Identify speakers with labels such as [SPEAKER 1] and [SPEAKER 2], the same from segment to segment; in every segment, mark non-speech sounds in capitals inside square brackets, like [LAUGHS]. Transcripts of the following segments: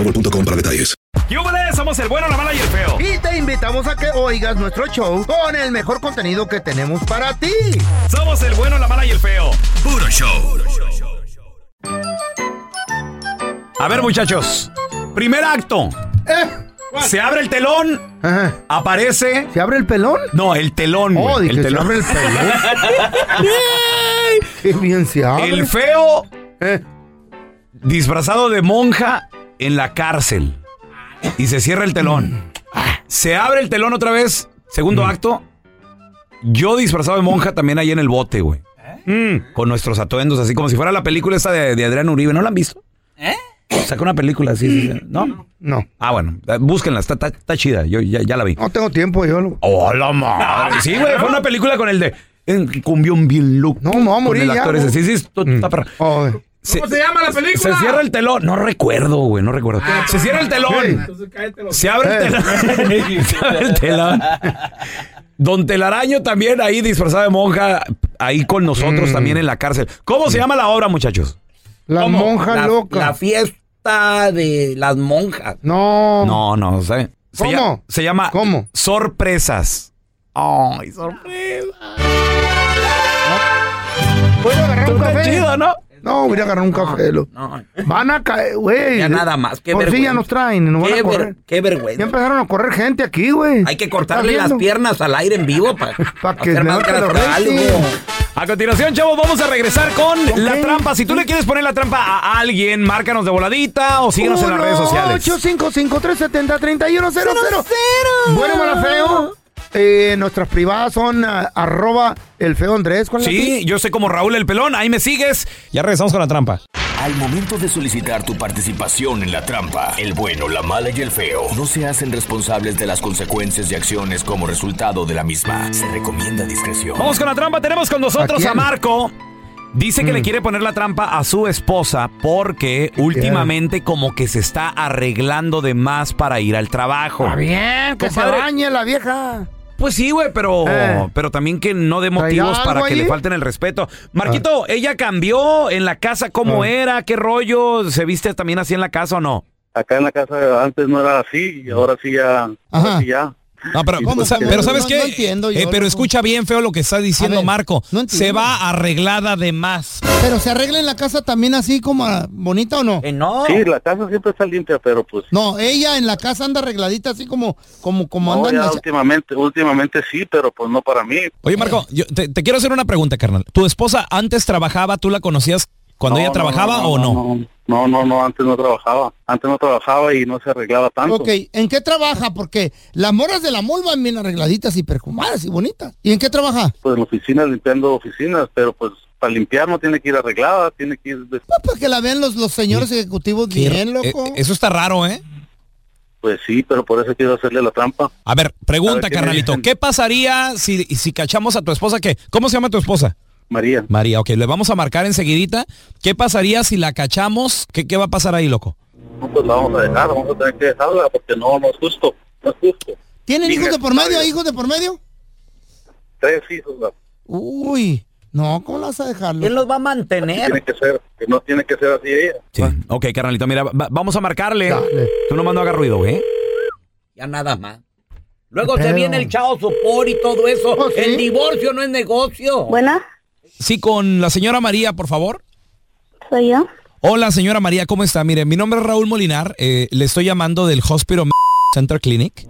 [SPEAKER 1] mobile.com para detalles.
[SPEAKER 2] ¡Yúbales! Somos el bueno, la mala y el feo.
[SPEAKER 3] Y te invitamos a que oigas nuestro show con el mejor contenido que tenemos para ti.
[SPEAKER 2] Somos el bueno, la mala y el feo.
[SPEAKER 1] Puro show.
[SPEAKER 2] A ver, muchachos. Primer acto.
[SPEAKER 3] ¿Eh?
[SPEAKER 2] Se abre el telón,
[SPEAKER 3] Ajá.
[SPEAKER 2] aparece.
[SPEAKER 3] ¿Se abre el pelón?
[SPEAKER 2] No, el telón.
[SPEAKER 3] Oh,
[SPEAKER 2] güey,
[SPEAKER 3] dije,
[SPEAKER 2] el
[SPEAKER 3] se
[SPEAKER 2] telón.
[SPEAKER 3] abre el pelón. Qué bien se abre.
[SPEAKER 2] El feo
[SPEAKER 3] Eh,
[SPEAKER 2] disfrazado de monja en la cárcel. Y se cierra el telón. Se abre el telón otra vez. Segundo
[SPEAKER 3] Mm.
[SPEAKER 2] acto. Yo disfrazado de monja también ahí en el bote, güey. Mm, Con nuestros atuendos, así como si fuera la película esta de, de Adrián Uribe. ¿No la han visto? ¿Eh? Sacó una película así. sí, sí. ¿No?
[SPEAKER 3] no,
[SPEAKER 2] Ah, bueno. eh, Búsquenla. Está, está- está chida. Yo ya, ya la vi.
[SPEAKER 3] no tengo tiempo yo. lo-
[SPEAKER 2] ¡Hola, madre! Sí, güey. Fue una película con el de... En cumbión bien loco.
[SPEAKER 3] No, me voy a morir
[SPEAKER 2] Con el
[SPEAKER 3] ya,
[SPEAKER 2] actor ese.
[SPEAKER 3] güey.
[SPEAKER 2] Sí, sí. esto está perra.
[SPEAKER 3] Oh, eh.
[SPEAKER 2] ¿Cómo se, llama la película? Ah, Se cierra el telón. No recuerdo, güey, no recuerdo. se cierra el telón. Se abre
[SPEAKER 3] Eh. [LAUGHS]
[SPEAKER 2] el telón. se abre el telón. Don Telaraño también ahí disfrazado de monja, ahí con nosotros también en la cárcel. ¿Cómo se llama la obra, muchachos?
[SPEAKER 3] la monja
[SPEAKER 4] la,
[SPEAKER 3] loca.
[SPEAKER 4] La fiesta de las monjas.
[SPEAKER 3] No,
[SPEAKER 2] No, no, ¿sabe? Se
[SPEAKER 3] ¿Cómo?
[SPEAKER 2] llama- Se llama
[SPEAKER 3] ¿Cómo?
[SPEAKER 2] Sorpresas. Ay, sorpresa.
[SPEAKER 3] voy a agarrar un
[SPEAKER 2] Está
[SPEAKER 3] café.
[SPEAKER 2] chido, ¿no?
[SPEAKER 3] No, voy a agarrar un café. lo-
[SPEAKER 4] No,
[SPEAKER 3] Van a caer, güey.
[SPEAKER 4] Ya nada más, qué
[SPEAKER 3] Por si ya
[SPEAKER 4] vergüenza.
[SPEAKER 3] nos traen, y nos van
[SPEAKER 4] qué,
[SPEAKER 3] a
[SPEAKER 4] ver-
[SPEAKER 3] correr.
[SPEAKER 4] qué
[SPEAKER 3] Ya
[SPEAKER 4] vergüenza.
[SPEAKER 3] empezaron a correr gente aquí, güey.
[SPEAKER 4] Hay que cortarle las piernas al aire en vivo para
[SPEAKER 3] [LAUGHS] Pa' que
[SPEAKER 4] hacer
[SPEAKER 3] me
[SPEAKER 4] más
[SPEAKER 3] baje la
[SPEAKER 4] teatral,
[SPEAKER 3] oreja.
[SPEAKER 4] güey.
[SPEAKER 2] A continuación, chavos, vamos a regresar con la
[SPEAKER 3] Ok.
[SPEAKER 2] trampa. Si tú le quieres poner la trampa a alguien, márcanos de voladita o síguenos en las redes sociales.
[SPEAKER 3] 855-370-3100. Bueno, mala feo. Eh, nuestras privadas son ah, arroba el feo Andrés. ¿Cuál es la tuya?
[SPEAKER 2] Sí, yo soy como Raúl el Pelón, ahí me sigues. Ya regresamos con la trampa.
[SPEAKER 5] Al momento de solicitar tu participación en la trampa, el bueno, la mala y el feo no se hacen responsables de las consecuencias y acciones como resultado de la misma. Se recomienda discreción.
[SPEAKER 2] Vamos con la trampa, tenemos con nosotros
[SPEAKER 3] ¿A
[SPEAKER 2] a,
[SPEAKER 3] quién? Mm.
[SPEAKER 2] Marco. Dice que le quiere poner la trampa a su esposa porque últimamente como que se está arreglando de más para ir al trabajo.
[SPEAKER 3] Está Ah, bien, que
[SPEAKER 2] Compadre.
[SPEAKER 3] se bañe la vieja.
[SPEAKER 2] Pues sí, güey, pero,
[SPEAKER 3] Eh.
[SPEAKER 2] pero también que no dé
[SPEAKER 3] ¿Traerá
[SPEAKER 2] motivos para
[SPEAKER 3] algo
[SPEAKER 2] que le
[SPEAKER 3] allí?
[SPEAKER 2] falten el respeto. Marquito, ¿ella cambió en la casa cómo
[SPEAKER 3] Ah.
[SPEAKER 2] era? ¿Qué rollo? ¿Se viste también así en la casa o no?
[SPEAKER 6] acá en la casa antes no era así y ahora sí ya.
[SPEAKER 7] Ajá.
[SPEAKER 6] ahora sí ya. pues,
[SPEAKER 2] No, pero,
[SPEAKER 6] ¿Cómo,
[SPEAKER 2] sa-
[SPEAKER 6] cómo?
[SPEAKER 2] pero
[SPEAKER 6] No,
[SPEAKER 2] ¿sabes
[SPEAKER 7] no,
[SPEAKER 2] qué?
[SPEAKER 7] no entiendo yo,
[SPEAKER 2] Eh, pero
[SPEAKER 7] loco.
[SPEAKER 2] escucha bien feo lo que está diciendo
[SPEAKER 7] A ver,
[SPEAKER 2] Marco.
[SPEAKER 7] no entiendo.
[SPEAKER 2] Se va arreglada de más.
[SPEAKER 7] Pero se arregla en la casa también así como ah, bonita o no?
[SPEAKER 4] Eh, no.
[SPEAKER 6] Sí, la casa siempre está limpia, pero pues.
[SPEAKER 7] No, ella en la casa anda arregladita así como como como
[SPEAKER 6] no,
[SPEAKER 7] andan
[SPEAKER 6] ya
[SPEAKER 7] las-
[SPEAKER 6] últimamente, últimamente sí, pero pues no para mí.
[SPEAKER 8] Oye, Marco,
[SPEAKER 2] Eh.
[SPEAKER 8] yo te, te quiero hacer una pregunta, carnal. ¿Tu esposa antes trabajaba, tú la conocías cuando
[SPEAKER 6] No,
[SPEAKER 8] ella
[SPEAKER 6] no,
[SPEAKER 8] trabajaba o no?
[SPEAKER 6] No, no, no, antes no trabajaba. Antes no trabajaba y no se arreglaba tanto.
[SPEAKER 7] Ok, ¿en qué trabaja? Porque las moras de la mol van bien arregladitas y perfumadas y bonitas. ¿Y en qué trabaja?
[SPEAKER 6] Pues en oficinas, limpiando oficinas, pero pues para limpiar no tiene que ir arreglada, tiene que ir. de-
[SPEAKER 7] Pues, pues que la vean los, los señores ejecutivos bien, loco.
[SPEAKER 8] Eh, eso está raro, ¿eh?
[SPEAKER 6] Pues sí, pero por eso quiero hacerle la trampa.
[SPEAKER 8] A ver,
[SPEAKER 6] A
[SPEAKER 8] pregunta,
[SPEAKER 6] ver, ¿qué me
[SPEAKER 8] carnalito.
[SPEAKER 6] dicen?
[SPEAKER 8] ¿Qué pasaría si, si cachamos a tu esposa que... ¿Cómo se llama tu esposa?
[SPEAKER 6] María,
[SPEAKER 8] María, ok, le vamos a marcar enseguidita. ¿Qué pasaría si la cachamos? ¿Qué, qué va a pasar ahí, loco?
[SPEAKER 7] no, pues la vamos a dejar, vamos a tener que dejarla porque no, no es justo, no es justo.
[SPEAKER 9] ¿Tienen
[SPEAKER 7] Sí,
[SPEAKER 9] hijos de por
[SPEAKER 7] necesario.
[SPEAKER 9] medio? ¿Hijos de por medio?
[SPEAKER 7] Tres hijos, ¿no?
[SPEAKER 9] Uy, no, ¿cómo la vas a dejarlo?
[SPEAKER 4] ¿Quién los va a
[SPEAKER 7] tiene
[SPEAKER 4] mantener?
[SPEAKER 7] que ser, que no tiene que ser así ella.
[SPEAKER 2] Sí. Ok, carnalito, mira, va- vamos a marcarle.
[SPEAKER 3] Dale.
[SPEAKER 2] Tú nomás no hagas ruido,
[SPEAKER 8] ¿eh?
[SPEAKER 2] güey.
[SPEAKER 4] Ya nada más. Luego se
[SPEAKER 3] Pero-
[SPEAKER 4] viene el chao sopor y todo eso.
[SPEAKER 3] Oh, sí.
[SPEAKER 4] El divorcio no es negocio.
[SPEAKER 10] Bueno,
[SPEAKER 8] Sí, con la señora María, por favor.
[SPEAKER 10] soy yo.
[SPEAKER 8] Hola, señora María, ¿cómo está? Mire, mi nombre es Raúl Molinar. eh, le estoy llamando del Hospital Center Clinic.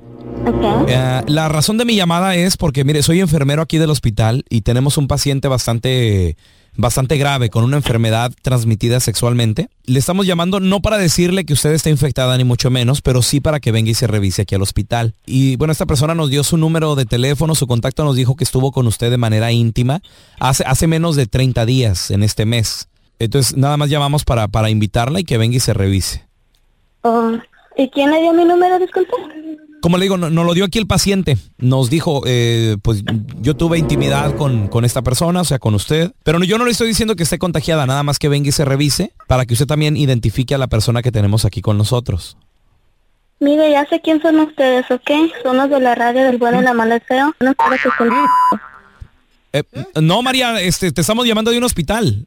[SPEAKER 10] Ok.
[SPEAKER 8] Eh, la razón de mi llamada es porque, mire, soy enfermero aquí del hospital y tenemos un paciente bastante, bastante grave con una enfermedad transmitida sexualmente. Le estamos llamando no para decirle que usted está infectada ni mucho menos, pero sí para que venga y se revise aquí al hospital. Y bueno, esta persona nos dio su número de teléfono, su contacto nos dijo que estuvo con usted de manera íntima hace, hace menos de 30 días en este mes. Entonces, nada más llamamos para, para invitarla y que venga y se revise.
[SPEAKER 10] Oh, ¿Y quién le dio mi número, disculpe?
[SPEAKER 8] Como le digo, no- nos lo dio aquí el paciente. Nos dijo, eh, pues yo tuve intimidad con, con esta persona, o sea, con usted. Pero no, yo no le estoy diciendo que esté contagiada, nada más que venga y se revise para que usted también identifique a la persona que tenemos aquí con nosotros.
[SPEAKER 10] Mire, ya sé quién son ustedes, ¿ok? Son los de la radio del bueno y la mala y el feo. No quiero que con-
[SPEAKER 8] Eh, no, María, este, te estamos llamando de un hospital.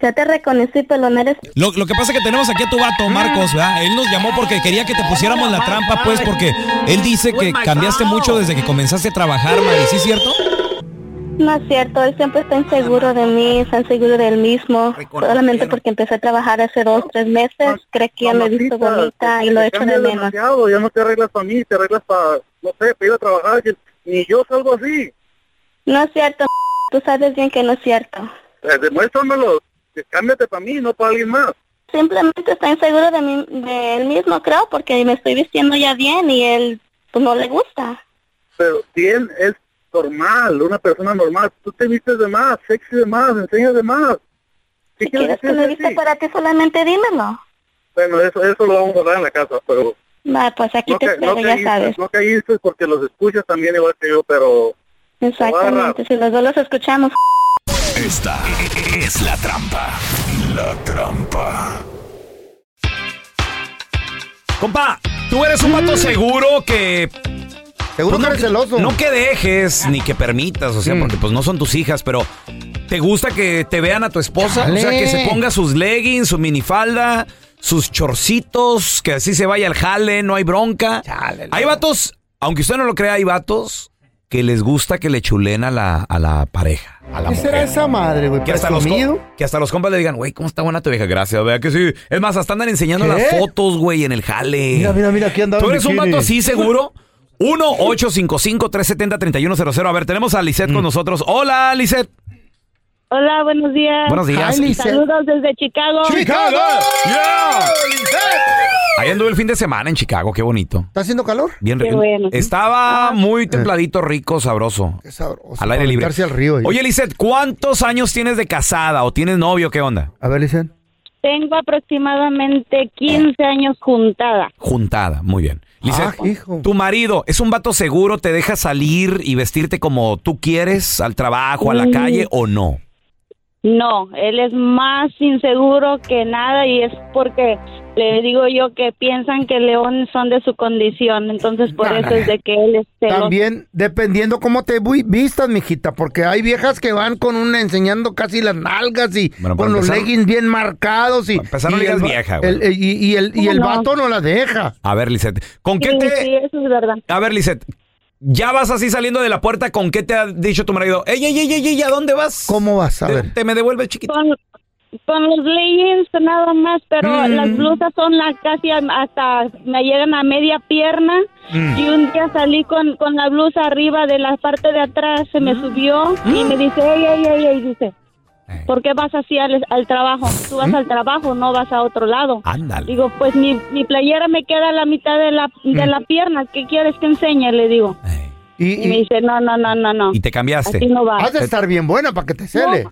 [SPEAKER 10] Ya te reconocí, pelón, eres...
[SPEAKER 8] Lo, lo que pasa es que tenemos aquí a tu vato, Marcos, ¿verdad? Él nos llamó porque quería que te pusiéramos la trampa, pues, porque él dice que cambiaste mucho desde que comenzaste a trabajar, María, ¿sí es cierto?
[SPEAKER 10] No es cierto, él siempre está inseguro de mí, está inseguro del mismo. Solamente porque empecé a trabajar hace dos, tres meses. Cree que ya me he visto
[SPEAKER 7] Mamacita,
[SPEAKER 10] bonita
[SPEAKER 7] te-
[SPEAKER 10] y lo
[SPEAKER 7] te
[SPEAKER 10] echo de
[SPEAKER 7] cambias
[SPEAKER 10] menos.
[SPEAKER 7] demasiado, ya no te arreglas para mí, te arreglas para, no sé, para ir a trabajar, que- ni yo salgo así.
[SPEAKER 10] No es cierto, tú sabes bien que no es cierto.
[SPEAKER 7] Eh, demuéstramelo, que cámbiate para mí, no para alguien más.
[SPEAKER 10] Simplemente está inseguro de mí, de él mismo, creo, porque me estoy vistiendo ya bien y él pues, no le gusta.
[SPEAKER 7] Pero bien es normal, una persona normal. Tú te vistes de más, sexy de más, enseñas de más. ¿Qué
[SPEAKER 10] Si quieres que
[SPEAKER 7] sea
[SPEAKER 10] me vista
[SPEAKER 7] así?
[SPEAKER 10] para ti, solamente dímelo.
[SPEAKER 7] Bueno, eso, eso lo vamos a dar en la casa, pero
[SPEAKER 10] Va, pues aquí
[SPEAKER 7] no,
[SPEAKER 10] te
[SPEAKER 7] ca-
[SPEAKER 10] espero,
[SPEAKER 7] no
[SPEAKER 10] ya
[SPEAKER 7] caíste,
[SPEAKER 10] sabes.
[SPEAKER 7] no caíste porque los escuchas también igual que yo, pero
[SPEAKER 10] Exactamente, si los dos los escuchamos.
[SPEAKER 11] Esta es la trampa. La trampa.
[SPEAKER 2] Compa, tú eres un vato seguro que
[SPEAKER 3] Seguro
[SPEAKER 2] Pues
[SPEAKER 3] que eres celoso. Mm.
[SPEAKER 2] no que dejes ni que permitas, o sea, porque pues no son tus hijas, pero ¿te gusta que te vean a tu esposa? O sea,
[SPEAKER 9] Dale.
[SPEAKER 2] que se ponga sus leggings, su minifalda, sus chorcitos, que así se vaya al jale, no hay bronca. hay vatos, aunque usted no lo crea, hay vatos que les gusta que le chulen a la, a la pareja. A la
[SPEAKER 3] ¿Qué será
[SPEAKER 2] mujer.
[SPEAKER 3] esa madre, güey?
[SPEAKER 2] Que hasta, los co-
[SPEAKER 3] ¿Presumido?
[SPEAKER 2] que hasta los compas le digan, güey, ¿cómo está buena tu vieja? Gracias, vea que sí. Es más, hasta andan enseñando
[SPEAKER 3] ¿Qué?
[SPEAKER 2] las fotos, güey, en el jale.
[SPEAKER 3] Mira, mira, mira, aquí andaba
[SPEAKER 2] ¿Tú
[SPEAKER 3] en
[SPEAKER 2] eres un
[SPEAKER 3] bikini.
[SPEAKER 2] vato así seguro? 1-855-370-3100. A ver, tenemos a Lisette
[SPEAKER 3] Mm.
[SPEAKER 2] con nosotros. Hola, Lisette.
[SPEAKER 10] Hola, buenos días.
[SPEAKER 2] Buenos días.
[SPEAKER 3] Ay, Lisette.
[SPEAKER 10] Saludos desde Chicago.
[SPEAKER 3] ¡Chicago!
[SPEAKER 2] Yeah.
[SPEAKER 3] Lisette.
[SPEAKER 2] Ahí anduve el fin de semana en Chicago, qué bonito.
[SPEAKER 3] ¿Está haciendo calor? Ah. Eh.
[SPEAKER 2] Bien
[SPEAKER 10] Qué
[SPEAKER 2] rico.
[SPEAKER 10] bueno.
[SPEAKER 2] Estaba muy templadito, rico, sabroso.
[SPEAKER 3] Qué sabroso.
[SPEAKER 2] Al aire libre.
[SPEAKER 3] Aventarse al río. eh.
[SPEAKER 2] Oye, Lisette, ¿cuántos años tienes de casada o tienes novio? ¿Qué onda?
[SPEAKER 3] A ver, Lisette.
[SPEAKER 10] Tengo aproximadamente 15 años juntada.
[SPEAKER 2] Juntada, muy bien. Lisette,
[SPEAKER 3] Ah, hijo.
[SPEAKER 2] tu marido es un vato seguro, te deja salir y vestirte como tú quieres al trabajo, a la
[SPEAKER 10] Mm.
[SPEAKER 2] calle o no.
[SPEAKER 10] No, él es más inseguro que nada y es porque le digo yo que piensan que leones son de su condición, entonces por eso es de que él es celoso.
[SPEAKER 3] También dependiendo cómo te vi- vistas, mijita, porque hay viejas que van con una enseñando casi las nalgas y
[SPEAKER 2] Bueno, para
[SPEAKER 3] con los
[SPEAKER 2] empezar-
[SPEAKER 3] leggings bien marcados y
[SPEAKER 2] Para empezar, no
[SPEAKER 3] y
[SPEAKER 2] le digas
[SPEAKER 3] el va-
[SPEAKER 2] vieja, güey.
[SPEAKER 3] el- y, y el y el
[SPEAKER 10] No, no.
[SPEAKER 3] vato no la deja.
[SPEAKER 2] A ver, Lisette, ¿con qué
[SPEAKER 10] Sí,
[SPEAKER 2] te...
[SPEAKER 10] sí, eso es verdad.
[SPEAKER 2] A ver, Lisette, ya vas así saliendo de la puerta, ¿con qué te ha dicho tu marido? Ey, ey, ey, ey, ey, ¿a dónde vas?
[SPEAKER 3] ¿Cómo vas a
[SPEAKER 2] Te,
[SPEAKER 3] ver?
[SPEAKER 2] te me devuelve chiquito.
[SPEAKER 10] Con, con los leggings nada más, pero
[SPEAKER 2] Mm.
[SPEAKER 10] las blusas son la- casi a- hasta me llegan a media pierna
[SPEAKER 2] Mm.
[SPEAKER 10] y un día salí con, con la blusa arriba de la parte de atrás, se
[SPEAKER 2] Mm.
[SPEAKER 10] me subió y me dice, ey, ey, ey, ey, dice,
[SPEAKER 2] Eh,
[SPEAKER 10] ¿por qué vas así al, al trabajo? Tú vas al trabajo, no vas a otro lado.
[SPEAKER 2] Mm. Ándale.
[SPEAKER 10] Digo, pues mi, mi playera me queda a la mitad de la, de
[SPEAKER 2] Mm.
[SPEAKER 10] la pierna. ¿Qué quieres que enseñe? Le digo.
[SPEAKER 2] Eh,
[SPEAKER 3] Y,
[SPEAKER 10] Y me
[SPEAKER 3] y-
[SPEAKER 10] dice, no, no, no, no, no.
[SPEAKER 2] Y te cambiaste.
[SPEAKER 10] Así no va.
[SPEAKER 3] has de estar bien buena para que te cele.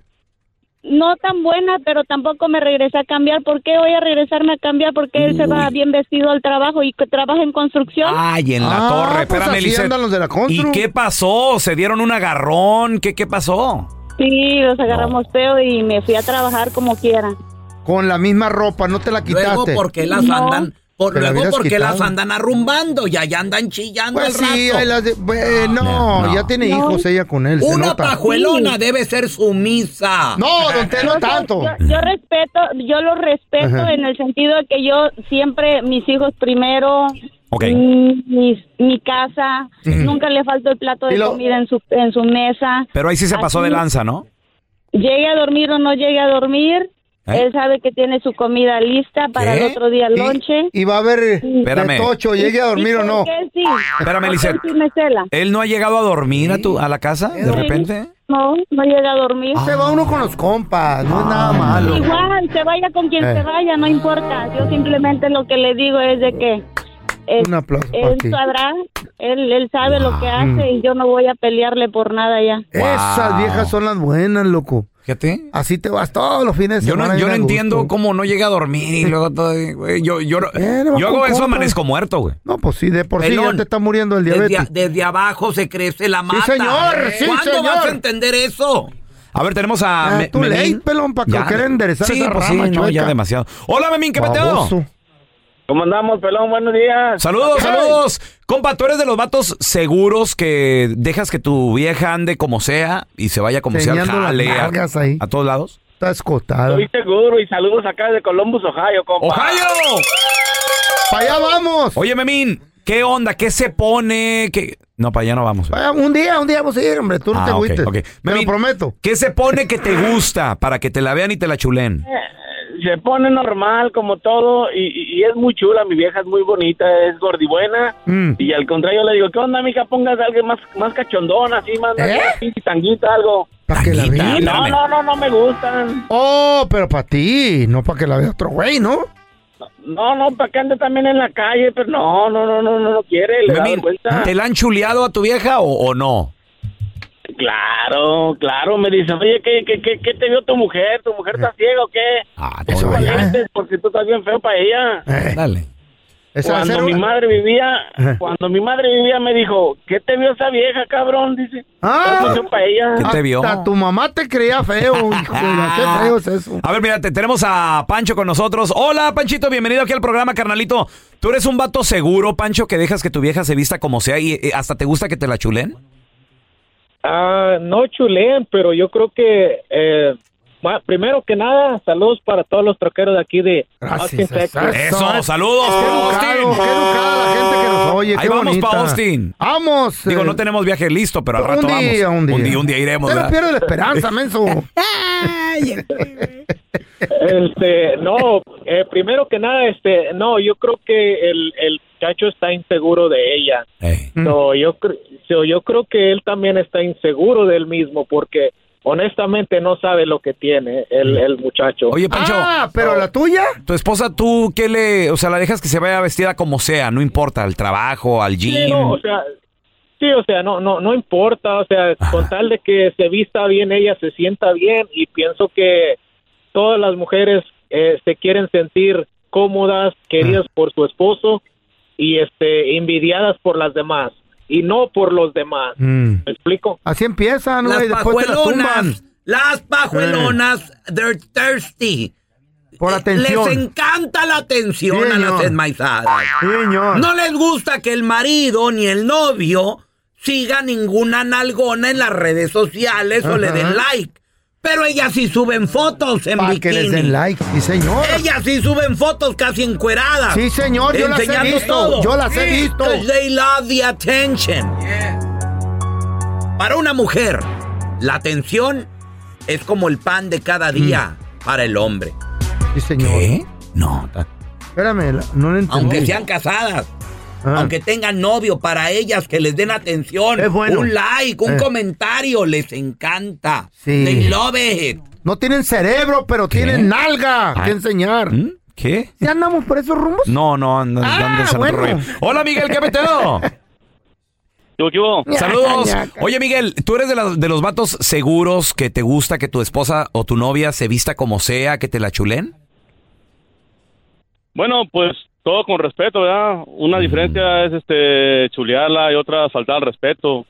[SPEAKER 10] No tan buena, pero tampoco me regresé a cambiar. ¿Por qué voy a regresarme a cambiar? Porque él se va bien vestido al trabajo y que trabaja en construcción.
[SPEAKER 2] Ay, en la
[SPEAKER 3] Ah,
[SPEAKER 2] torre.
[SPEAKER 3] pues
[SPEAKER 2] Espérame,
[SPEAKER 3] así
[SPEAKER 2] Lisette.
[SPEAKER 3] andan los de la constru.
[SPEAKER 2] ¿Y qué pasó? ¿Se dieron un agarrón? ¿Qué, qué pasó?
[SPEAKER 10] Sí, los agarramos feo y me fui a trabajar como quiera.
[SPEAKER 3] Con la misma ropa, no te la quitaste.
[SPEAKER 4] Luego porque las andan, por,
[SPEAKER 3] Te la
[SPEAKER 4] luego
[SPEAKER 3] hubieras
[SPEAKER 4] porque
[SPEAKER 3] quitado.
[SPEAKER 4] las andan arrumbando y allá andan chillando
[SPEAKER 3] Pues
[SPEAKER 4] el rato.
[SPEAKER 3] sí, ahí las de- eh, no,
[SPEAKER 2] no.
[SPEAKER 3] ya tiene
[SPEAKER 10] No.
[SPEAKER 3] hijos ella con él. se
[SPEAKER 4] Una
[SPEAKER 3] nota.
[SPEAKER 4] pajuelona debe ser sumisa.
[SPEAKER 2] Ah.
[SPEAKER 3] No, don Telo,
[SPEAKER 10] Yo-
[SPEAKER 3] tanto.
[SPEAKER 10] Yo, yo respeto, yo lo respeto
[SPEAKER 3] Ajá.
[SPEAKER 10] en el sentido de que yo siempre mis hijos primero,
[SPEAKER 2] Ok.
[SPEAKER 10] mm, mis- mi casa, nunca le faltó el plato
[SPEAKER 3] Y
[SPEAKER 10] de
[SPEAKER 3] lo-
[SPEAKER 10] comida en su en su mesa.
[SPEAKER 2] Pero ahí sí se pasó de
[SPEAKER 10] Así,
[SPEAKER 2] lanza, ¿no?
[SPEAKER 10] Llegue a dormir o no llegue a dormir,
[SPEAKER 2] ¿Eh?
[SPEAKER 10] él sabe que tiene su comida lista para
[SPEAKER 2] ¿Qué?
[SPEAKER 10] el otro día
[SPEAKER 3] Y-
[SPEAKER 10] lonche.
[SPEAKER 3] Y, va a haber
[SPEAKER 2] Espérame.
[SPEAKER 3] de tocho, llegue a dormir o no.
[SPEAKER 10] Sí.
[SPEAKER 2] Espérame,
[SPEAKER 10] ¿Por qué
[SPEAKER 2] Lisette.
[SPEAKER 10] sí me cela?
[SPEAKER 2] ¿Él no ha llegado a dormir a, tu, a la casa de repente?
[SPEAKER 10] No, no llega a dormir.
[SPEAKER 3] Se va uno con los compas, no es
[SPEAKER 2] Ah.
[SPEAKER 3] nada malo.
[SPEAKER 10] Igual, se vaya con quien
[SPEAKER 3] Eh.
[SPEAKER 10] se vaya, no importa. Yo simplemente lo que le digo es de que eh,
[SPEAKER 3] Un aplauso para
[SPEAKER 10] él
[SPEAKER 3] ti.
[SPEAKER 10] sabrá, él, él sabe lo que hace y yo no voy a pelearle por nada ya.
[SPEAKER 3] Esas viejas son las buenas, loco.
[SPEAKER 2] Fíjate.
[SPEAKER 3] Así te vas todos los fines de
[SPEAKER 2] Yo
[SPEAKER 3] semana.
[SPEAKER 2] no, yo
[SPEAKER 3] bien
[SPEAKER 2] no
[SPEAKER 3] a
[SPEAKER 2] entiendo
[SPEAKER 3] gusto.
[SPEAKER 2] cómo no llega a dormir y luego todo. güey, yo yo,
[SPEAKER 3] Eh, le va
[SPEAKER 2] yo hago
[SPEAKER 3] con
[SPEAKER 2] eso,
[SPEAKER 3] compas.
[SPEAKER 2] amanezco muerto, güey.
[SPEAKER 3] No, pues sí, de por sí ya
[SPEAKER 4] Pelón.
[SPEAKER 3] te está muriendo el
[SPEAKER 4] Desde,
[SPEAKER 3] diabetes.
[SPEAKER 4] a- desde abajo se crece la mata.
[SPEAKER 2] ¿Eh?
[SPEAKER 3] señor, sí,
[SPEAKER 4] ¿Cuándo
[SPEAKER 3] señor.
[SPEAKER 4] vas a entender eso?
[SPEAKER 2] A ver, tenemos a.
[SPEAKER 3] Ah,
[SPEAKER 2] Me-
[SPEAKER 3] tú
[SPEAKER 2] Memín.
[SPEAKER 3] ley, pelón, pa' que
[SPEAKER 2] Ya.
[SPEAKER 3] quiera enderezar
[SPEAKER 2] Sí,
[SPEAKER 3] esa
[SPEAKER 2] pues
[SPEAKER 3] rama
[SPEAKER 2] sí, no,
[SPEAKER 3] chueca.
[SPEAKER 2] ya demasiado. Hola, Memín, ¿qué peteo?
[SPEAKER 3] Baboso.
[SPEAKER 6] ¿Cómo andamos, pelón? Buenos días.
[SPEAKER 2] Saludos,
[SPEAKER 3] Hey.
[SPEAKER 2] saludos. Compa, tú eres de los vatos seguros que dejas que tu vieja ande como sea y se vaya como sea al
[SPEAKER 3] Enseñando las
[SPEAKER 2] jale, a-
[SPEAKER 3] nalgas ahí.
[SPEAKER 2] a todos lados.
[SPEAKER 3] Está escotada.
[SPEAKER 6] Estoy seguro y saludos acá de Columbus, Ohio, compa.
[SPEAKER 2] ¡Ohio!
[SPEAKER 3] ¡Para allá vamos!
[SPEAKER 2] Oye, Memín, ¿qué onda? ¿Qué se pone? ¿Qué... No, para allá no vamos.
[SPEAKER 3] Vaya, Ah, un día, un día vamos a ir, hombre. Tú no
[SPEAKER 2] Ah,
[SPEAKER 3] te
[SPEAKER 2] ok,
[SPEAKER 3] agüites.
[SPEAKER 2] ok.
[SPEAKER 3] Me lo
[SPEAKER 2] Memín,
[SPEAKER 3] prometo.
[SPEAKER 2] ¿Qué se pone que te gusta para que te la vean y te la chulen?
[SPEAKER 6] Eh, Se pone normal como todo y, y- y es muy chula, mi vieja es muy bonita, es gordibuena
[SPEAKER 3] Mm.
[SPEAKER 6] y al contrario le digo, ¿qué onda, mija? Pongas algo más, más cachondón, así, más, más
[SPEAKER 3] ¿Eh?
[SPEAKER 6] pinche tanguita, algo.
[SPEAKER 3] Para que la
[SPEAKER 2] Tanguita.
[SPEAKER 3] veas.
[SPEAKER 6] No,
[SPEAKER 2] Espérame.
[SPEAKER 6] no, no, no me gustan.
[SPEAKER 3] Oh, pero para ti, no para que la vea otro güey, ¿no?
[SPEAKER 6] No, no, para que ande también en la calle, pero no, no, no, no, no, no quiere, le da
[SPEAKER 2] Memín,
[SPEAKER 6] vergüenza.
[SPEAKER 2] ¿te la han chuleado a tu vieja o, o no?
[SPEAKER 6] Claro, claro, me dice, oye, ¿qué, qué, qué, qué te vio tu mujer? ¿Tu mujer está ciega o qué?
[SPEAKER 2] Ah,
[SPEAKER 3] Eso
[SPEAKER 2] todo
[SPEAKER 3] va
[SPEAKER 2] bien.
[SPEAKER 3] ya.
[SPEAKER 6] Lentes, Porque tú estás bien feo para ella.
[SPEAKER 3] Eh,
[SPEAKER 2] Dale.
[SPEAKER 3] esa va a
[SPEAKER 6] Cuando
[SPEAKER 3] ser
[SPEAKER 6] mi
[SPEAKER 3] una-
[SPEAKER 6] madre vivía,
[SPEAKER 3] Ajá.
[SPEAKER 6] cuando mi madre vivía me dijo, ¿qué te vio esa vieja, cabrón? Dice,
[SPEAKER 3] Ah,
[SPEAKER 6] para ella.
[SPEAKER 2] ¿Qué te vio?
[SPEAKER 3] hasta tu mamá te creía
[SPEAKER 4] [LAUGHS]
[SPEAKER 3] feo, hijo. de la- ¿Qué feo es eso?
[SPEAKER 2] A ver, mira, te- tenemos a Pancho con nosotros. Hola, Panchito, bienvenido aquí al programa, carnalito. ¿Tú eres un vato seguro, Pancho, que dejas que tu vieja se vista como sea y eh, hasta te gusta que te la chulen?
[SPEAKER 6] Ah, no chuleen, pero yo creo que eh, ma- primero que nada, saludos para todos los troqueros de aquí de Austin,
[SPEAKER 3] Gracias. Este
[SPEAKER 6] Texas.
[SPEAKER 2] Eso, saludos,
[SPEAKER 3] Qué
[SPEAKER 2] Austin.
[SPEAKER 3] educado, qué educada la gente que nos oye.
[SPEAKER 2] Ahí
[SPEAKER 3] qué
[SPEAKER 2] vamos
[SPEAKER 3] bonita.
[SPEAKER 2] pa' Austin.
[SPEAKER 3] Vamos.
[SPEAKER 2] Digo,
[SPEAKER 3] eh,
[SPEAKER 2] no tenemos viaje listo, pero al rato
[SPEAKER 3] un día,
[SPEAKER 2] vamos.
[SPEAKER 3] Un día,
[SPEAKER 2] un día, un día iremos.
[SPEAKER 3] Pero
[SPEAKER 2] ¿verdad?
[SPEAKER 3] pierdo la
[SPEAKER 2] [LAUGHS]
[SPEAKER 3] esperanza, menso.
[SPEAKER 6] Este, no, eh, primero que nada, este, no, yo creo que el, el muchacho está inseguro de ella.
[SPEAKER 2] Ey.
[SPEAKER 3] Mm.
[SPEAKER 6] So, yo, cre- so, yo creo que él también está inseguro de él mismo porque honestamente no sabe lo que tiene el, el muchacho.
[SPEAKER 2] Mm. Oye, Pancho,
[SPEAKER 3] ah, pero la tuya.
[SPEAKER 2] tu esposa, tú, ¿qué le...? O sea, la dejas que se vaya vestida como sea, no importa, al trabajo, al
[SPEAKER 6] Sí,
[SPEAKER 2] gym.
[SPEAKER 6] no, o sea, sí, o sea, no, no, no importa, o sea, con tal de que se vista bien ella, se sienta bien y pienso que todas las mujeres eh, se quieren sentir cómodas, queridas por su esposo y este envidiadas por las demás y no por los demás. ¿Me explico?
[SPEAKER 3] Mm. Así empiezan,
[SPEAKER 4] Las
[SPEAKER 3] güey. Después te la tumban.
[SPEAKER 4] pajuelonas, las pajuelonas, they're thirsty. Eh,
[SPEAKER 3] Por atención.
[SPEAKER 4] Les encanta la atención
[SPEAKER 3] Eh, Sí,
[SPEAKER 4] a las
[SPEAKER 3] señor.
[SPEAKER 4] enmaizadas.
[SPEAKER 3] Sí, señor.
[SPEAKER 4] No les gusta que el marido ni el novio siga ninguna nalgona en las redes sociales o le den like. Pero ellas sí suben fotos en
[SPEAKER 3] Para que les den
[SPEAKER 4] bikini.
[SPEAKER 3] like. Sí, señor.
[SPEAKER 4] Ellas sí suben fotos casi encueradas.
[SPEAKER 3] Sí, señor. Yo las he
[SPEAKER 4] enseñando
[SPEAKER 3] visto.
[SPEAKER 4] todo.
[SPEAKER 3] Yo las he
[SPEAKER 4] Sí,
[SPEAKER 3] visto.
[SPEAKER 4] 'cause They love the attention. Para una mujer, la atención es como el pan de cada día
[SPEAKER 3] Mm.
[SPEAKER 4] para el hombre.
[SPEAKER 3] Sí, señor.
[SPEAKER 2] ¿Qué? No, ta-
[SPEAKER 3] Espérame, la- no lo entendí.
[SPEAKER 4] Aunque sean casadas,
[SPEAKER 3] Ah.
[SPEAKER 4] aunque tengan novio, para ellas que les den atención,
[SPEAKER 3] Es bueno.
[SPEAKER 4] un like, un
[SPEAKER 3] Eh.
[SPEAKER 4] comentario, les encanta.
[SPEAKER 3] Sí.
[SPEAKER 4] They love it.
[SPEAKER 3] No tienen cerebro, pero tienen nalga
[SPEAKER 2] Ah.
[SPEAKER 3] que enseñar.
[SPEAKER 2] ¿Mm? ¿Qué?
[SPEAKER 3] ¿Ya andamos por esos rumbos?
[SPEAKER 2] No, no, andan
[SPEAKER 3] Ah,
[SPEAKER 2] dando ese
[SPEAKER 3] bueno.
[SPEAKER 2] rollo. Hola, Miguel, ¿qué peteo? Saludos. Oye, Miguel, tú eres de, la- de los vatos seguros que te gusta que tu esposa o tu novia se vista como sea, que te la chulen.
[SPEAKER 12] Bueno, pues todo con
[SPEAKER 2] Mm.
[SPEAKER 12] respeto, ¿verdad? Una diferencia es este chulearla y otra faltar al respeto.